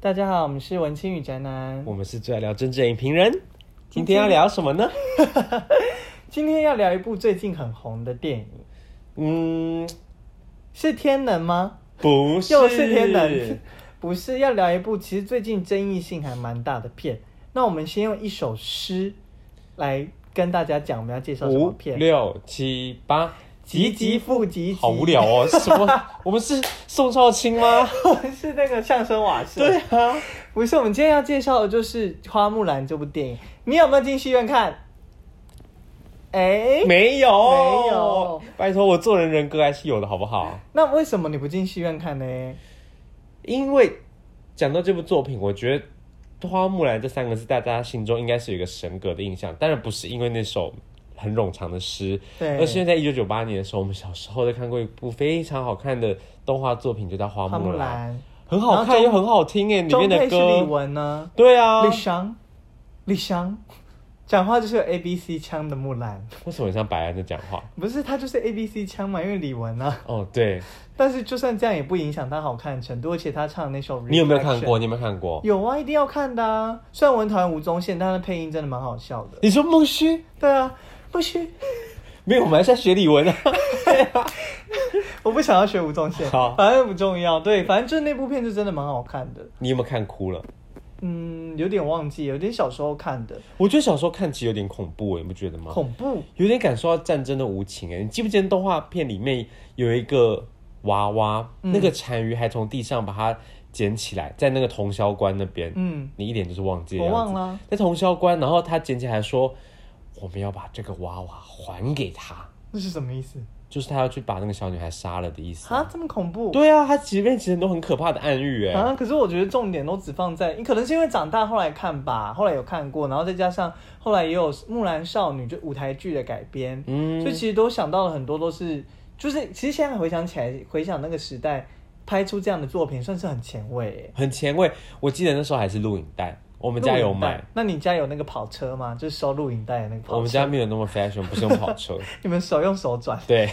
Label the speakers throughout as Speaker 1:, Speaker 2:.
Speaker 1: 大家好，我们是文青与宅男。
Speaker 2: 我们是最爱聊真正影评人，今天要聊什么呢？
Speaker 1: 今天要聊一部最近很红的电影，
Speaker 2: 嗯，
Speaker 1: 是《天能》吗？
Speaker 2: 不是，
Speaker 1: 又是《天能》， 不是要聊一部其实最近争议性还蛮大的片。那我们先用一首诗来跟大家讲我们要介绍什么
Speaker 2: 五
Speaker 1: 片。
Speaker 2: 六七八，
Speaker 1: 急急复急急，
Speaker 2: 好无聊哦！什么？我们是宋少卿吗？
Speaker 1: 是那个相声瓦舍。
Speaker 2: 对，啊，
Speaker 1: 不是，我们今天要介绍的就是《花木兰》这部电影。你有没有进戏院看？哎、
Speaker 2: 没有，
Speaker 1: 没有，
Speaker 2: 拜托我做人人格还是有的，好不好？
Speaker 1: 那为什么你不进戏院看呢？
Speaker 2: 因为讲到这部作品，我觉得“花木兰”这三个字，大家心中应该是有一个神格的印象。当然不是因为那首很冗长的诗，
Speaker 1: 对
Speaker 2: 而是因为在一九九八年的时候，我们小时候在看过一部非常好看的动画作品，就叫《花
Speaker 1: 花木
Speaker 2: 木兰》，
Speaker 1: 兰，
Speaker 2: 很好看又很好听诶，里
Speaker 1: 中
Speaker 2: 面的
Speaker 1: 配是李
Speaker 2: 歌，
Speaker 1: 玟呢，
Speaker 2: 对啊
Speaker 1: 李，湘，李湘，讲话就是有 A B C 腔的木兰，
Speaker 2: 为什么很像白安在讲话？
Speaker 1: 不是她就是 A B C 腔嘛，因为李玟啊。
Speaker 2: 哦，对，
Speaker 1: 但是就算这样也不影响她好看的程度，而且她唱的那首，
Speaker 2: 你有没有看过？？你有没有看过？
Speaker 1: 有啊，一定要看的啊！虽然我很讨厌吴宗宪，但他的配音真的蛮好笑的。
Speaker 2: 你说梦虚？
Speaker 1: 对啊，不许，
Speaker 2: 没有，我们还是在学李玟啊。
Speaker 1: 我不想要学吴宗宪，
Speaker 2: 好
Speaker 1: 反正不重要。对，反正就是那部片就真的蛮好看的。
Speaker 2: 你有没有看哭了？
Speaker 1: 嗯，有点忘记，有点小时候看的，
Speaker 2: 我觉得小时候看其实有点恐怖诶，你不觉得吗？
Speaker 1: 恐怖。
Speaker 2: 有点感受到战争的无情哎、你记不记得动画片里面有一个娃娃，
Speaker 1: 嗯
Speaker 2: 那个单于还从地上把它捡起来，在那个铜销官那边，
Speaker 1: 嗯，
Speaker 2: 你一点就是忘记的
Speaker 1: 我
Speaker 2: 样子
Speaker 1: 忘了啊。
Speaker 2: 在铜销官，然后他捡起来说：“我们要把这个娃娃还给他。
Speaker 1: 那是什么意思？”
Speaker 2: 就是他要去把那个小女孩杀了的意思。
Speaker 1: 啊，这么恐怖？
Speaker 2: 对啊，他里面其实很多很可怕的暗喻哎、
Speaker 1: 啊，可是我觉得重点都只放在，你可能是因为长大后来看吧，后来有看过，然后再加上后来也有《木兰少女》就舞台剧的改编，
Speaker 2: 嗯
Speaker 1: 所以其实都想到了很多都是，就是其实现在回想起来，回想那个时代拍出这样的作品，算是很前卫欸。
Speaker 2: 很前卫。我记得那时候还是录影带，我
Speaker 1: 我
Speaker 2: 们家有买，，
Speaker 1: 那你家有那个跑车吗？就是收录影带的那个跑车。
Speaker 2: 我们家没有那么 fashion，不是用跑车。
Speaker 1: 你们手用手转，
Speaker 2: 对，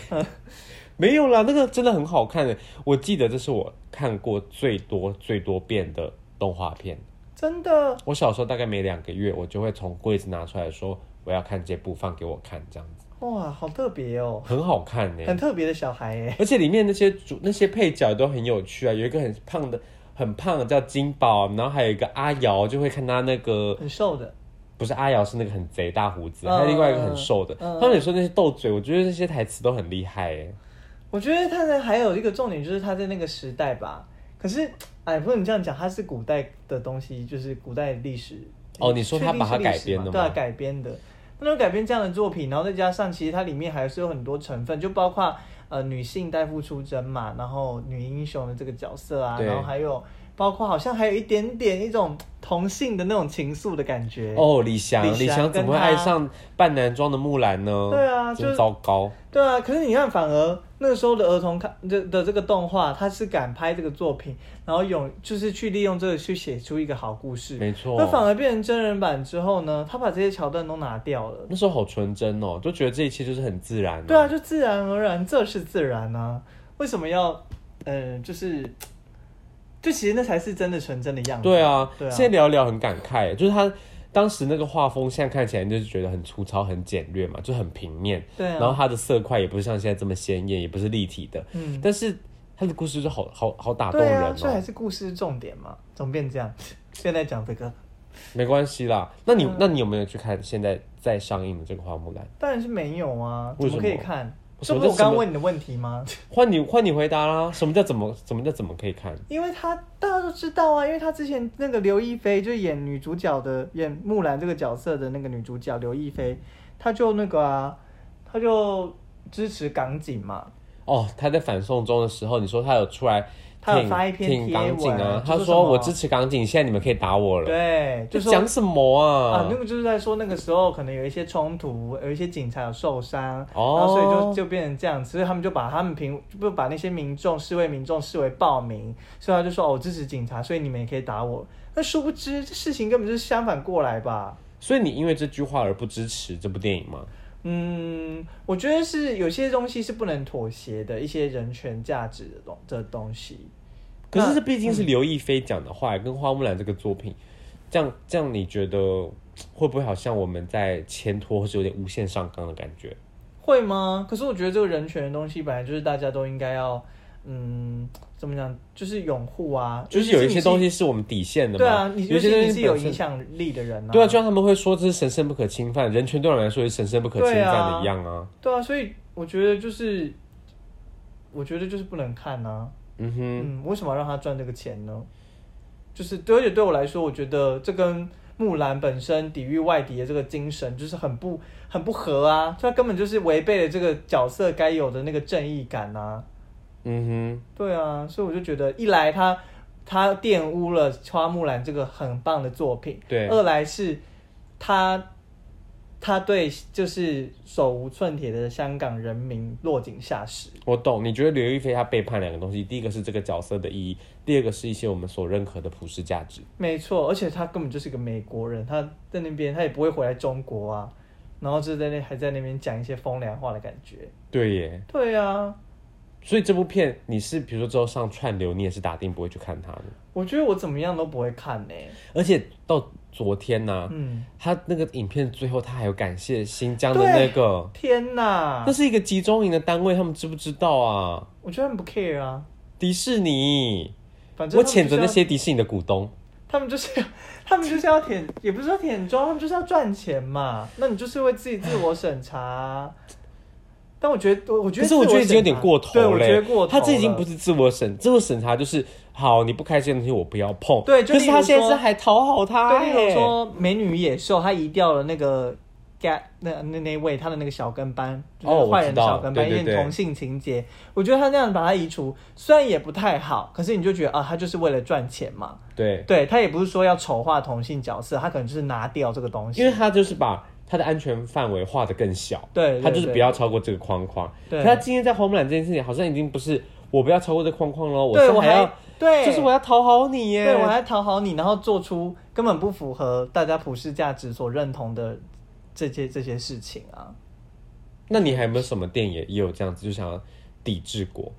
Speaker 2: 没有啦，那个真的很好看的。我记得这是我看过最多最多遍的动画片。
Speaker 1: 真的
Speaker 2: 我小时候大概每两个月，我就会从柜子拿出来说我要看这部，放给我看，这样子
Speaker 1: 哇，好特别哦，
Speaker 2: 很好看呢、
Speaker 1: 很特别的小孩哎。
Speaker 2: 而且里面那些主那些配角都很有趣啊，有一个很胖的。很胖的叫金宝，然后还有一个阿瑶，就会看他那个
Speaker 1: 很瘦的，
Speaker 2: 不是阿瑶是那个很贼大胡子，
Speaker 1: 嗯
Speaker 2: 还有另外一个很瘦的。
Speaker 1: 嗯嗯
Speaker 2: 他们也说那些斗嘴，我觉得那些台词都很厉害哎、
Speaker 1: 我觉得他的还有一个重点就是他在那个时代吧。可是，哎，不能这样讲，它是古代的东西，就是古代历史。
Speaker 2: 哦你说他把它
Speaker 1: 确定是历史嘛
Speaker 2: 改编的吗
Speaker 1: 对啊，改编的。那种改编这样的作品，然后再加上其实它里面还是有很多成分，就包括呃女性代父出征嘛，然后女英雄的这个角色啊，
Speaker 2: 对
Speaker 1: 然后还有包括好像还有一点点一种同性的那种情愫的感觉。
Speaker 2: 哦，李翔，
Speaker 1: 李
Speaker 2: 李
Speaker 1: 翔
Speaker 2: 翔怎么会
Speaker 1: 跟他
Speaker 2: 爱上扮男装的木兰呢？
Speaker 1: 对啊就
Speaker 2: 真
Speaker 1: 是
Speaker 2: 糟糕。
Speaker 1: 对啊，可是你看，反而那时候的儿童看的的这个动画，他是敢拍这个作品，然后用就是去利用这个去写出一个好故事。
Speaker 2: 没错
Speaker 1: 那反而变成真人版之后呢，他把这些桥段都拿掉了。
Speaker 2: 那时候好纯真哦，就觉得这一切就是很自然、哦
Speaker 1: 对啊，，就自然而然，这是自然啊。为什么要，呃，就是，就其实那才是真的纯真的样子。
Speaker 2: 对啊，
Speaker 1: 对啊
Speaker 2: 现在聊一聊很感慨，就是他当时那个画风，现在看起来就是觉得很粗糙、很简略嘛，就很平面。
Speaker 1: 对啊
Speaker 2: 然后它的色块也不是像现在这么鲜艳，也不是立体的。
Speaker 1: 嗯
Speaker 2: 但是他的故事就好好好打动
Speaker 1: 对
Speaker 2: 人
Speaker 1: 啊，所以还
Speaker 2: 哦。
Speaker 1: 是故事重点嘛，怎么变这样？现在讲这个，
Speaker 2: 没关系啦，那你、
Speaker 1: 嗯
Speaker 2: 那你有没有去看现在在上映的这个《花木兰》？
Speaker 1: 当然是没有啊，怎
Speaker 2: 为什
Speaker 1: 么
Speaker 2: 么
Speaker 1: 可以看？
Speaker 2: 什
Speaker 1: 这
Speaker 2: 么
Speaker 1: 不是我
Speaker 2: 这什么
Speaker 1: 刚问你的问题吗？
Speaker 2: 换你换你回答啦，什么叫怎么什么叫怎么可以看？
Speaker 1: 因为他大家都知道啊，因为他之前那个刘亦菲就演女主角的，演木兰这个角色的那个女主角刘亦菲，她就那个啊，她就支持港警嘛，
Speaker 2: 哦，他在反送中的时候，你说他有出来挺，
Speaker 1: 他有发一篇
Speaker 2: 挺
Speaker 1: 贴
Speaker 2: 港警啊
Speaker 1: 文，
Speaker 2: 他
Speaker 1: 就说什么
Speaker 2: 说我支持港警，现在你们可以打我了，
Speaker 1: 对，
Speaker 2: 就
Speaker 1: 就说
Speaker 2: 讲什么
Speaker 1: 啊
Speaker 2: 啊？，
Speaker 1: 那个就是在说那个时候可能有一些冲突，有一些警察有受伤，
Speaker 2: 哦
Speaker 1: 然后所以就就变成这样，所以他们就把他们平不把那些民众示威民众视为暴民，所以他就说哦我支持警察，所以你们也可以打我。那殊不知这事情根本就是相反过来吧。
Speaker 2: 所以你因为这句话而不支持这部电影吗？
Speaker 1: 嗯，我觉得是有些东西是不能妥协的，一些人权价值的东这东西。
Speaker 2: 可是
Speaker 1: 那嗯
Speaker 2: 这毕竟是刘亦菲讲的话，跟花木兰这个作品，这样这样你觉得会不会好像我们在牵拖，或是有点无限上纲的感觉？
Speaker 1: 会吗？可是我觉得这个人权的东西本来就是大家都应该要，嗯，怎么讲，就是拥护啊，
Speaker 2: 就是有一
Speaker 1: 尤其
Speaker 2: 些
Speaker 1: 你
Speaker 2: 东西是我们底线的嘛，
Speaker 1: 对啊，你
Speaker 2: 有
Speaker 1: 尤
Speaker 2: 一
Speaker 1: 其
Speaker 2: 些东
Speaker 1: 你
Speaker 2: 西
Speaker 1: 是有
Speaker 2: 本身
Speaker 1: 影响力的人啊，
Speaker 2: 对啊，就像他们会说这是神圣不可侵犯，人权对我们来说也是神圣不可侵
Speaker 1: 对
Speaker 2: 犯
Speaker 1: 啊
Speaker 2: 的一样啊。
Speaker 1: 对啊，所以我觉得就是，我觉得就是不能看啊，
Speaker 2: 嗯哼，
Speaker 1: 嗯，为什么要让他赚这个钱呢？就是对，而且对我来说，我觉得这跟木兰本身抵御外敌的这个精神，就是很不很不合啊，他根本就是违背了这个角色该有的那个正义感啊。
Speaker 2: 嗯
Speaker 1: 对啊，所以我就觉得，一来他他玷污了花木兰这个很棒的作品，
Speaker 2: 对
Speaker 1: 二来是他他对就是手无寸铁的香港人民落井下石。
Speaker 2: 哼，我懂。你觉得刘亦菲她背叛两个东西，第一个是这个角色的意义，第二个是一些我们所认可的普世价值。
Speaker 1: 没错，而且他根本就是个美国人，他在那边他也不会回来中国啊，然后就在那还在那边讲一些风凉话的感觉。
Speaker 2: 对耶，
Speaker 1: 对啊，
Speaker 2: 所以这部片你是比如说之后上串流，你也是打定不会去看它的。
Speaker 1: 我觉得我怎么样都不会看呢、
Speaker 2: 而且到昨天呢、
Speaker 1: 嗯，
Speaker 2: 他那个影片最后他还有感谢新疆的那个，
Speaker 1: 天哪
Speaker 2: 那，是一个集中营的单位，他们知不知道啊？
Speaker 1: 我觉得他们不 care 啊，
Speaker 2: 迪士尼，
Speaker 1: 反正
Speaker 2: 我
Speaker 1: 他们
Speaker 2: 谴
Speaker 1: 就是
Speaker 2: 责那
Speaker 1: 要
Speaker 2: 些迪士尼的股东。
Speaker 1: 他们就是要， 他们就是要舔，也不是说舔妆，他们就是要赚钱嘛。那你就是会自己自我审查啊、但我觉得，我我觉得
Speaker 2: 可是
Speaker 1: 自
Speaker 2: 我
Speaker 1: 我审查，
Speaker 2: 觉得已经有点过头
Speaker 1: 对，
Speaker 2: 了，欸
Speaker 1: 我觉得过头了。
Speaker 2: 他这已经不是自我审，自我审查就是好，你不开心的东西我不要碰。
Speaker 1: 对就
Speaker 2: 可是他
Speaker 1: 例如
Speaker 2: 现在是
Speaker 1: 说
Speaker 2: 还讨好他
Speaker 1: 对，
Speaker 2: 欸
Speaker 1: 例
Speaker 2: 耶
Speaker 1: 如。说《美女与野兽》，他移掉了那个 gap 那那那位他的那个小跟班，就
Speaker 2: 哦
Speaker 1: 是
Speaker 2: 我
Speaker 1: 坏
Speaker 2: 知
Speaker 1: 人的
Speaker 2: 道
Speaker 1: 小跟班，
Speaker 2: 对对
Speaker 1: 有点
Speaker 2: 对
Speaker 1: 同性情节。我觉得他那样把它移除，虽然也不太好，可是你就觉得啊，他就是为了赚钱嘛。
Speaker 2: 对，
Speaker 1: 对他也不是说要丑化同性角色，他可能就是拿掉这个东西
Speaker 2: 因。为他就是把他的安全范围画得更小，
Speaker 1: 对对
Speaker 2: 他就是
Speaker 1: 对
Speaker 2: 不要超过这个框框。
Speaker 1: 对
Speaker 2: 可他今天在花木兰这件事情，好像已经不是我不要超过这个框框了，我
Speaker 1: 对
Speaker 2: 是
Speaker 1: 我
Speaker 2: 还要，
Speaker 1: 对，
Speaker 2: 就是我要讨好你耶。
Speaker 1: 对，我还讨好你，然后做出根本不符合大家普世价值所认同的这些这些事情啊。
Speaker 2: 那你还有没有什么电影也也有这样子，就想要抵制国？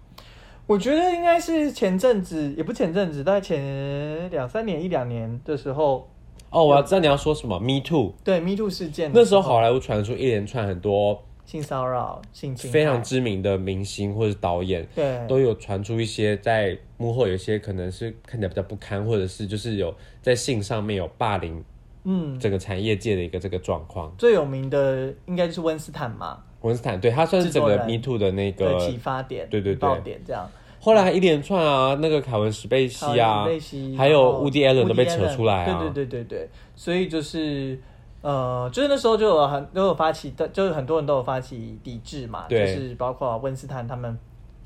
Speaker 1: 我觉得应该是前阵子，也不前阵子，大概前两三年、一两年的时候，
Speaker 2: 哦，我要知道你要说什么，Me Too。
Speaker 1: 对 Me Too 事件的
Speaker 2: 那时候好莱坞传出一连串很多
Speaker 1: 性骚扰、性侵害
Speaker 2: 非常知名的明星或者导演，
Speaker 1: 对
Speaker 2: 都有传出一些在幕后有一些可能是看起来比较不堪，或者是就是有在性上面有霸凌
Speaker 1: 嗯，
Speaker 2: 整个产业界的一个这个状况。
Speaker 1: 最有名的应该就是温斯坦嘛，
Speaker 2: 文斯坦对他算是整个
Speaker 1: 制作
Speaker 2: Me
Speaker 1: 人
Speaker 2: Too 的那
Speaker 1: 对启
Speaker 2: 个，
Speaker 1: 发点、
Speaker 2: 对对对
Speaker 1: 引爆点这样。
Speaker 2: 后来还一连串啊，那个凯文史贝西啊
Speaker 1: 类似，
Speaker 2: 还有
Speaker 1: 然后
Speaker 2: Woody Allen 都被
Speaker 1: Woody
Speaker 2: 扯出来啊
Speaker 1: Allen，对对对对对，所以就是呃，就是那时候就有很都有发起，就是很多人都有发起抵制嘛，就
Speaker 2: 对
Speaker 1: 是包括温斯坦他们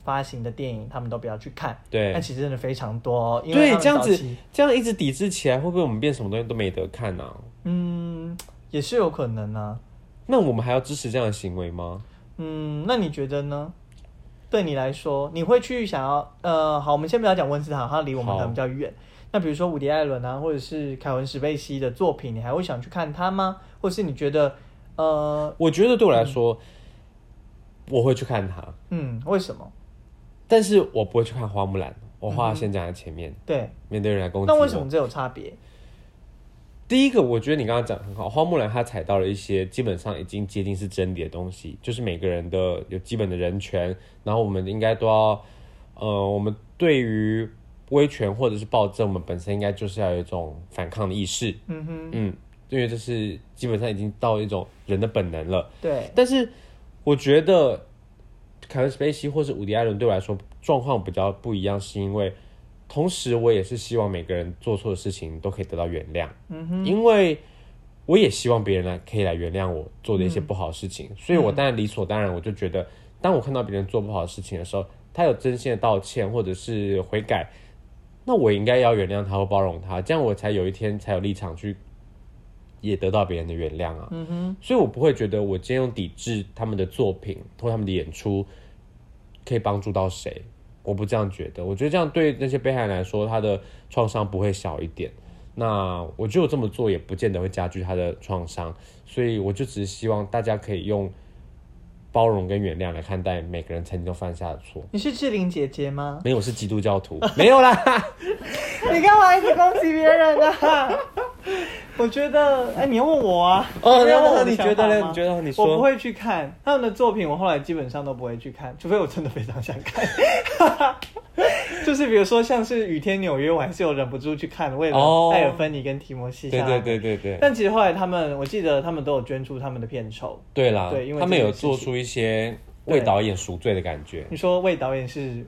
Speaker 1: 发行的电影，他们都不要去看。
Speaker 2: 对
Speaker 1: 但其实真的非常多、哦，因为
Speaker 2: 对
Speaker 1: 他，们
Speaker 2: 这样
Speaker 1: 早
Speaker 2: 子
Speaker 1: 期
Speaker 2: 这样一直抵制起来，会不会我们变什么东西都没得看啊？
Speaker 1: 嗯，也是有可能啊。
Speaker 2: 那我们还要支持这样的行为吗？
Speaker 1: 嗯，那你觉得呢？对你来说，你会去想要呃，好，我们先不要讲温斯坦，他离我们
Speaker 2: 好
Speaker 1: 可能比较远。那比如说伍迪·艾伦啊，或者是凯文·史贝西的作品，你还会想去看他吗？或是你觉得呃，
Speaker 2: 我觉得对我来说，我会去看他，
Speaker 1: 嗯，为什么？
Speaker 2: 但是我不会去看花木兰。我话先讲在前面，
Speaker 1: 对，
Speaker 2: 面对人来攻击
Speaker 1: 嗯那为什
Speaker 2: 我哦
Speaker 1: 么。这有差别？
Speaker 2: 第一个，我觉得你刚刚讲得很好，花木兰她踩到了一些基本上已经接近是真理的东西，就是每个人的有基本的人权，然后我们应该都要，呃，我们对于威权或者是暴政，我们本身应该就是要有一种反抗的意识，
Speaker 1: 嗯哼，
Speaker 2: 嗯，因为这是基本上已经到一种人的本能了。
Speaker 1: 对，
Speaker 2: 但是我觉得凯文·史贝西或是伍迪·艾伦对我来说状况比较不一样，是因为同时我也是希望每个人做错的事情都可以得到原谅，
Speaker 1: 嗯
Speaker 2: 哼，因为我也希望别人来可以来原谅我做的一些不好的事
Speaker 1: 嗯
Speaker 2: 情，所以我当然理所当然我就觉得，当我看到别人做不好的事情的时候，他有真心的道歉或者是悔改。那我应该要原谅他或包容他，这样我才有一天才有立场去，也得到别人的原谅啊。
Speaker 1: 嗯哼，
Speaker 2: 所以我不会觉得我今天用抵制他们的作品或他们的演出可以帮助到谁，我不这样觉得。我觉得这样对那些被害人来说，他的创伤不会小一点。那我觉得我这么做也不见得会加剧他的创伤，所以我就只是希望大家可以用包容跟原谅来看待每个人曾经都犯下的 错。
Speaker 1: 你是志玲姐姐吗？
Speaker 2: 没有，我是基督教徒，没有啦。
Speaker 1: 你干嘛一直攻击别人啊？ 我觉得，哎、你要问我啊？
Speaker 2: 哦，
Speaker 1: 你要问
Speaker 2: 那
Speaker 1: 我的
Speaker 2: 你觉
Speaker 1: 想
Speaker 2: 得
Speaker 1: 法
Speaker 2: 呢？
Speaker 1: 吗
Speaker 2: 你觉得你
Speaker 1: 我不
Speaker 2: 说
Speaker 1: 会去看他们的作品，我后来基本上都不会去看，除非我真的非常想看。 就是比如说像是《雨天纽约》，我还是有忍不住去看，为了
Speaker 2: 哦
Speaker 1: 艾尔芬尼跟提摩西
Speaker 2: 对
Speaker 1: 下
Speaker 2: 对
Speaker 1: 来。
Speaker 2: 对对对
Speaker 1: 但其实后来他们，我记得他们都有捐出他们的片酬。
Speaker 2: 对啦，
Speaker 1: 对因为
Speaker 2: 他们
Speaker 1: 这
Speaker 2: 有
Speaker 1: 件事
Speaker 2: 做
Speaker 1: 情
Speaker 2: 出一些为
Speaker 1: 对
Speaker 2: 导演赎罪的感觉。
Speaker 1: 你说魏导演 是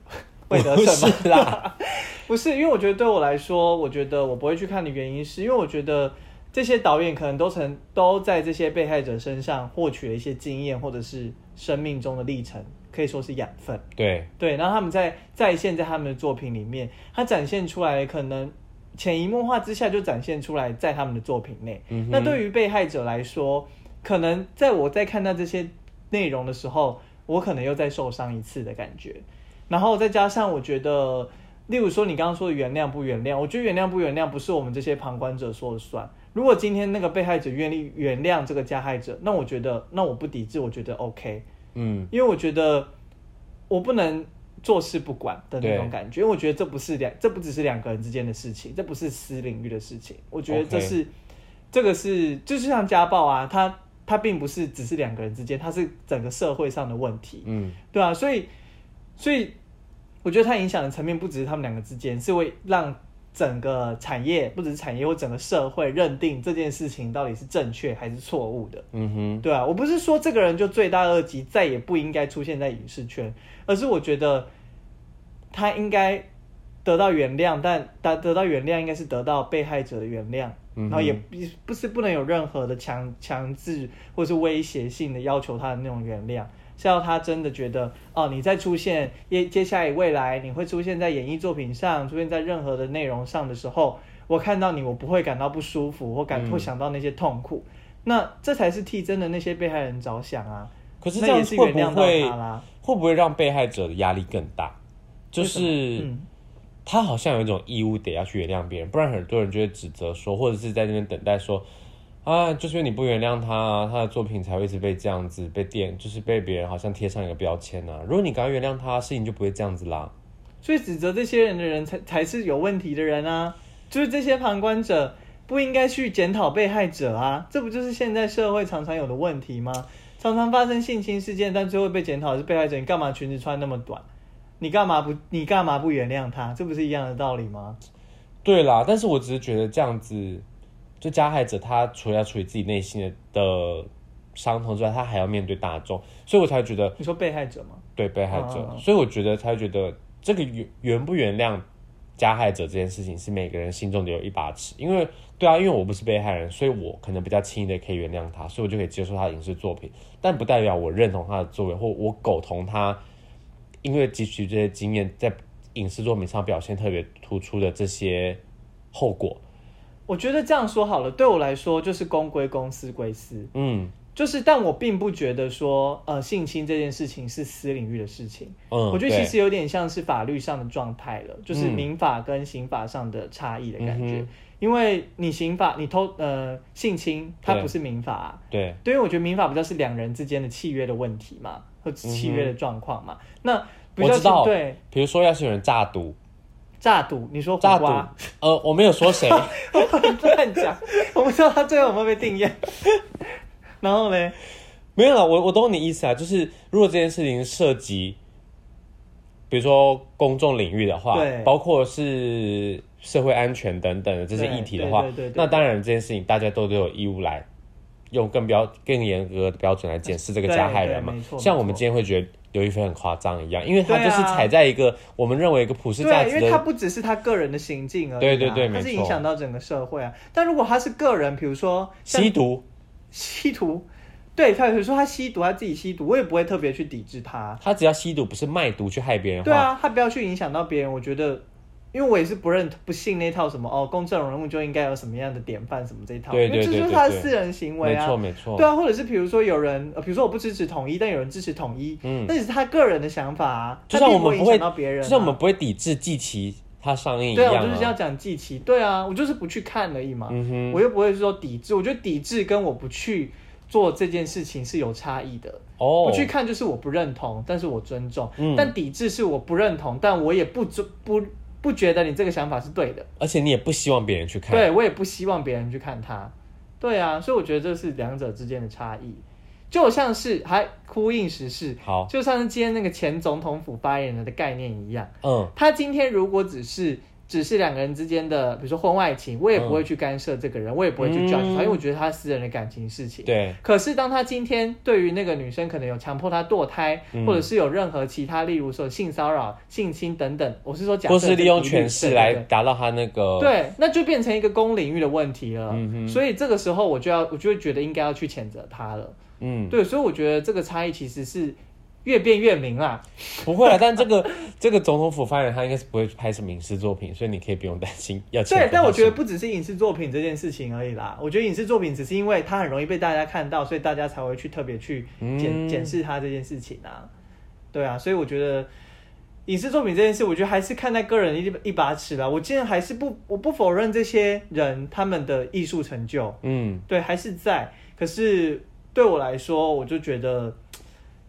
Speaker 1: 魏德
Speaker 2: 不
Speaker 1: 胜吗？
Speaker 2: 是啦，
Speaker 1: 不是，因为我觉得对我来说，我觉得我不会去看的原因，是因为我觉得这些导演可能都曾都在这些被害者身上获取了一些经验，或者是生命中的历程，可以说是养分。
Speaker 2: 对
Speaker 1: 对，然后他们在再现在他们的作品里面，他展现出来可能潜移默化之下就展现出来在他们的作品内。
Speaker 2: 嗯哼
Speaker 1: 那对于被害者来说，可能在我在看到这些内容的时候，我可能又再受伤一次的感觉。然后再加上我觉得，例如说你刚刚说的原谅不原谅，我觉得原谅不原谅不是我们这些旁观者说了算。如果今天那个被害者愿意原谅这个加害者，那我觉得，那我不抵制，我觉得 OK。
Speaker 2: 嗯，
Speaker 1: 因为我觉得我不能坐视不管的那种感觉，因为我觉得这不是两，这不只是两个人之间的事情，这不是私领域的事情，我觉得
Speaker 2: OK
Speaker 1: 这是这个是就是像家暴啊，它它并不是只是两个人之间，它是整个社会上的问题，
Speaker 2: 嗯，
Speaker 1: 对啊，所以所以我觉得它影响的层面不只是他们两个之间，是会让。整个产业，不只是产业，或整个社会认定这件事情到底是正确还是错误的。
Speaker 2: 嗯哼，
Speaker 1: 对啊，我不是说这个人就罪大恶极，再也不应该出现在影视圈，而是我觉得他应该得到原谅，但他得到原谅应该是得到被害者的原谅，
Speaker 2: 嗯哼
Speaker 1: 然后也不不是不能有任何的强强制或是威胁性的要求他的那种原谅。是要他真的觉得哦，你再出现接接下来未来你会出现在演艺作品上，出现在任何的内容上的时候，我看到你，我不会感到不舒服，或感、
Speaker 2: 嗯
Speaker 1: 或想到那些痛苦。那这才是替真的那些被害人着想啊。
Speaker 2: 可是
Speaker 1: 那
Speaker 2: 这样
Speaker 1: 也是
Speaker 2: 会
Speaker 1: 原
Speaker 2: 不
Speaker 1: 谅到
Speaker 2: 会
Speaker 1: 他啦。
Speaker 2: 会不会让被害者的压力更大？就是、
Speaker 1: 嗯，
Speaker 2: 他好像有一种义务得要去原谅别人，不然很多人就会指责说，或者是在那边等待说，啊，就是因为你不原谅他、啊，他的作品才会一直被这样子被电，就是被别人好像贴上一个标签啊。如果你赶快原谅他，事情就不会这样子啦。
Speaker 1: 所以指责这些人的人才才是有问题的人啊，就是这些旁观者不应该去检讨被害者啊，这不就是现在社会常常有的问题吗？常常发生性侵事件，但最后被检讨的是被害者，你干嘛裙子穿那么短？你干嘛不你干嘛不原谅他？这不是一样的道理吗？
Speaker 2: 对啦，但是我只是觉得这样子，就加害者他除了要处理自己内心的的伤痛之外，他还要面对大众，所以我才觉得
Speaker 1: 你说被害者吗？
Speaker 2: 对被害者，
Speaker 1: 嗯嗯嗯
Speaker 2: 所以我觉得才觉得这个原原不原谅加害者这件事情是每个人心中的有一把尺，因为对啊，因为我不是被害人，所以我可能比较轻易的可以原谅他，所以我就可以接受他的影视作品，但不代表我认同他的作为或我苟同他，因为汲取这些经验在影视作品上表现特别突出的这些后果，
Speaker 1: 我觉得这样说好了，对我来说就是公归公，私归私。
Speaker 2: 嗯
Speaker 1: 就是，但我并不觉得说，呃，性侵这件事情是私领域的事情。
Speaker 2: 嗯，
Speaker 1: 我觉得其
Speaker 2: 对
Speaker 1: 实有点像是法律上的状态了，就是民法跟刑法上的差异的感觉。
Speaker 2: 嗯
Speaker 1: 因为你刑法你偷呃性侵，它
Speaker 2: 对
Speaker 1: 不是民法啊、
Speaker 2: 对，
Speaker 1: 对，因为我觉得民法比较是两人之间的契约的问题嘛，和契约的状况嘛。那比
Speaker 2: 嗯我
Speaker 1: 较
Speaker 2: 知道
Speaker 1: 是对
Speaker 2: 比如说要是有人诈赌，
Speaker 1: 诈赌，你说胡
Speaker 2: 诈 赌
Speaker 1: 瓜，
Speaker 2: 呃，我没有说谁，
Speaker 1: 乱讲，我不知道他最后有没有被定谳。 然后嘞，
Speaker 2: 没有啦，我我懂你意思啊，就是如果这件事情涉及，比如说公众领域的话
Speaker 1: 对，
Speaker 2: 包括是社会安全等等的这些
Speaker 1: 对
Speaker 2: 议题的话
Speaker 1: 对对对对，
Speaker 2: 那当然这件事情大家都都有义务来用更标更严格的标准来检视这个加害人嘛
Speaker 1: 对对没。错
Speaker 2: 像我们今天会觉得刘亦菲很夸张一样，因为她
Speaker 1: 对
Speaker 2: 就
Speaker 1: 啊
Speaker 2: 是踩在一个我们认为一个普世价
Speaker 1: 对，啊因
Speaker 2: 值
Speaker 1: 为他
Speaker 2: 的，
Speaker 1: 不只是他个人的行径而已、啊，
Speaker 2: 对对对
Speaker 1: 他是
Speaker 2: 没
Speaker 1: 影
Speaker 2: 错
Speaker 1: 响到整个社会啊。但如果他是个人，比如说像
Speaker 2: 吸毒，
Speaker 1: 吸毒，对，他比如说他吸毒，他自己吸毒，我也不会特别去抵制他。
Speaker 2: 她只要吸毒不是卖毒去害别人的
Speaker 1: 对
Speaker 2: 话，
Speaker 1: 啊，他不要去影响到别人，我觉得，因为我也是不认不信那套什么哦，公众人物就应该有什么样的典范什么这一套，
Speaker 2: 对对
Speaker 1: 因为
Speaker 2: 对
Speaker 1: 这就是
Speaker 2: 对
Speaker 1: 他的
Speaker 2: 对
Speaker 1: 私人行为
Speaker 2: 没
Speaker 1: 啊。
Speaker 2: 错没错，
Speaker 1: 对啊，或者是比如说有人，呃，比如说我不支持统一，但有人支持统一，
Speaker 2: 嗯
Speaker 1: 那也是他个人的想法啊，
Speaker 2: 就像
Speaker 1: 他
Speaker 2: 我
Speaker 1: 并
Speaker 2: 们
Speaker 1: 影
Speaker 2: 不会
Speaker 1: 响到别人、啊，
Speaker 2: 就像我们不会抵制季琦他上映一
Speaker 1: 对啊，
Speaker 2: 样
Speaker 1: 我就是要讲季琦。对啊，我就是不去看而已嘛。
Speaker 2: 嗯哼
Speaker 1: 我又不会说抵制，我觉得抵制跟我不去做这件事情是有差异的。
Speaker 2: 哦
Speaker 1: 不，去看就是我不认同，但是我尊重。
Speaker 2: 嗯
Speaker 1: 但抵制是我不认同，但我也不尊不不觉得你这个想法是对的。
Speaker 2: 而且你也不希望别人去看，
Speaker 1: 对我也不希望别人去看它。对啊，所以我觉得这是两者之间的差异，就像是还呼应时事，
Speaker 2: 好，
Speaker 1: 就像是今天那个前总统府发言人的概念一样，
Speaker 2: 嗯，
Speaker 1: 他今天如果只是。只是两个人之间的，比如说婚外情，我也不会去干涉这个人，我也不会去 judge 他，因
Speaker 2: 嗯
Speaker 1: 为我觉得他私人的感情事情。
Speaker 2: 对，
Speaker 1: 可是当他今天对于那个女生可能有强迫她堕胎，
Speaker 2: 嗯
Speaker 1: 或者是有任何其他，例如说性骚扰、性侵等等，我是说假设
Speaker 2: 或是利用
Speaker 1: 这个疑虑
Speaker 2: 权势
Speaker 1: 对
Speaker 2: 来
Speaker 1: 对对
Speaker 2: 达到他那个，
Speaker 1: 对，那就变成一个公领域的问题了。
Speaker 2: 嗯哼
Speaker 1: 所以这个时候我就要，我就会觉得应该要去谴责他了。
Speaker 2: 嗯，
Speaker 1: 对，所以我觉得这个差异其实是越辩越明啦。
Speaker 2: 不会啊，但这个 这个总统府发言人他应该是不会拍什么影视作品，所以你可以不用担心 要钱
Speaker 1: 对
Speaker 2: 给，
Speaker 1: 但
Speaker 2: 他
Speaker 1: 我觉得
Speaker 2: 什么
Speaker 1: 不只是影视作品这件事情而已啦。我觉得影视作品只是因为它很容易被大家看到，所以大家才会去特别去检
Speaker 2: 嗯
Speaker 1: 检视它这件事情啊。对啊，所以我觉得影视作品这件事，我觉得还是看在个人一一把尺啦。我竟然还是不，我不否认这些人他们的艺术成就，
Speaker 2: 嗯，
Speaker 1: 对，还是在。可是对我来说，我就觉得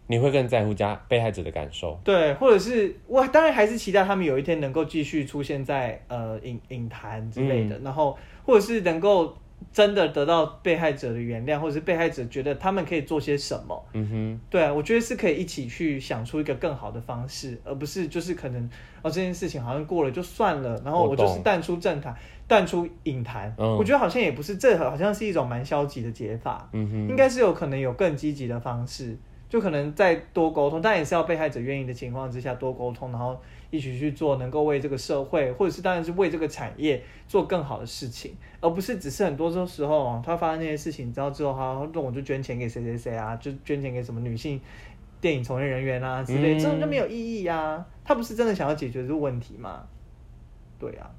Speaker 2: 你会更在乎加被害者的感受，
Speaker 1: 对，或者是我当然还是期待他们有一天能够继续出现在呃影影坛之类的，
Speaker 2: 嗯
Speaker 1: 然后或者是能够真的得到被害者的原谅，或者是被害者觉得他们可以做些什么。
Speaker 2: 嗯哼，
Speaker 1: 对啊，我觉得是可以一起去想出一个更好的方式，而不是就是可能哦这件事情好像过了就算了，然后
Speaker 2: 我
Speaker 1: 我就是
Speaker 2: 懂
Speaker 1: 淡出政坛、淡出影坛。
Speaker 2: 嗯
Speaker 1: 我觉得好像也不是，这好像是一种蛮消极的解法，
Speaker 2: 嗯哼，
Speaker 1: 应该是有可能有更积极的方式，就可能再多沟通，但也是要被害者愿意的情况之下多沟通，然后一起去做能够为这个社会或者是当然是为这个产业做更好的事情，而不是只是很多这时候哦他发生那些事情，之后之后哈，那我就捐钱给谁谁谁啊，就 捐钱给什么女性电影从业人员啊之类，
Speaker 2: 嗯
Speaker 1: 这种就没有意义啊，他不是真的想要解决这个问题吗？对啊，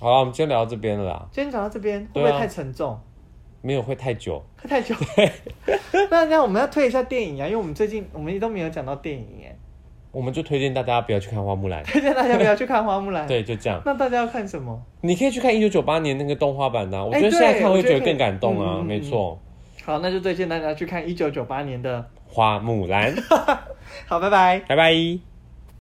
Speaker 2: 好了，我们今天聊到这边了啦，
Speaker 1: 今天讲到这边会
Speaker 2: 对
Speaker 1: 不
Speaker 2: 啊
Speaker 1: 会太沉重？
Speaker 2: 没有会太久，
Speaker 1: 喝太久。那那我们要推一下电影啊，因为我们最近我们都没有讲到电影耶，
Speaker 2: 我们就推荐大家不要去看花木兰，
Speaker 1: 推荐大家不要去看《花木兰》。
Speaker 2: 对，就这样，
Speaker 1: 那大家要看什么？
Speaker 2: 你可以去看一九九八年那个动画版的啊、我觉
Speaker 1: 哎
Speaker 2: 得现在
Speaker 1: 对
Speaker 2: 看会
Speaker 1: 我觉得
Speaker 2: 觉
Speaker 1: 可
Speaker 2: 得
Speaker 1: 以
Speaker 2: 更感动啊，
Speaker 1: 嗯嗯嗯
Speaker 2: 没错，
Speaker 1: 好，那就推荐大家去看一九九八年的。
Speaker 2: 花木兰，
Speaker 1: 好，拜拜。
Speaker 2: 拜拜。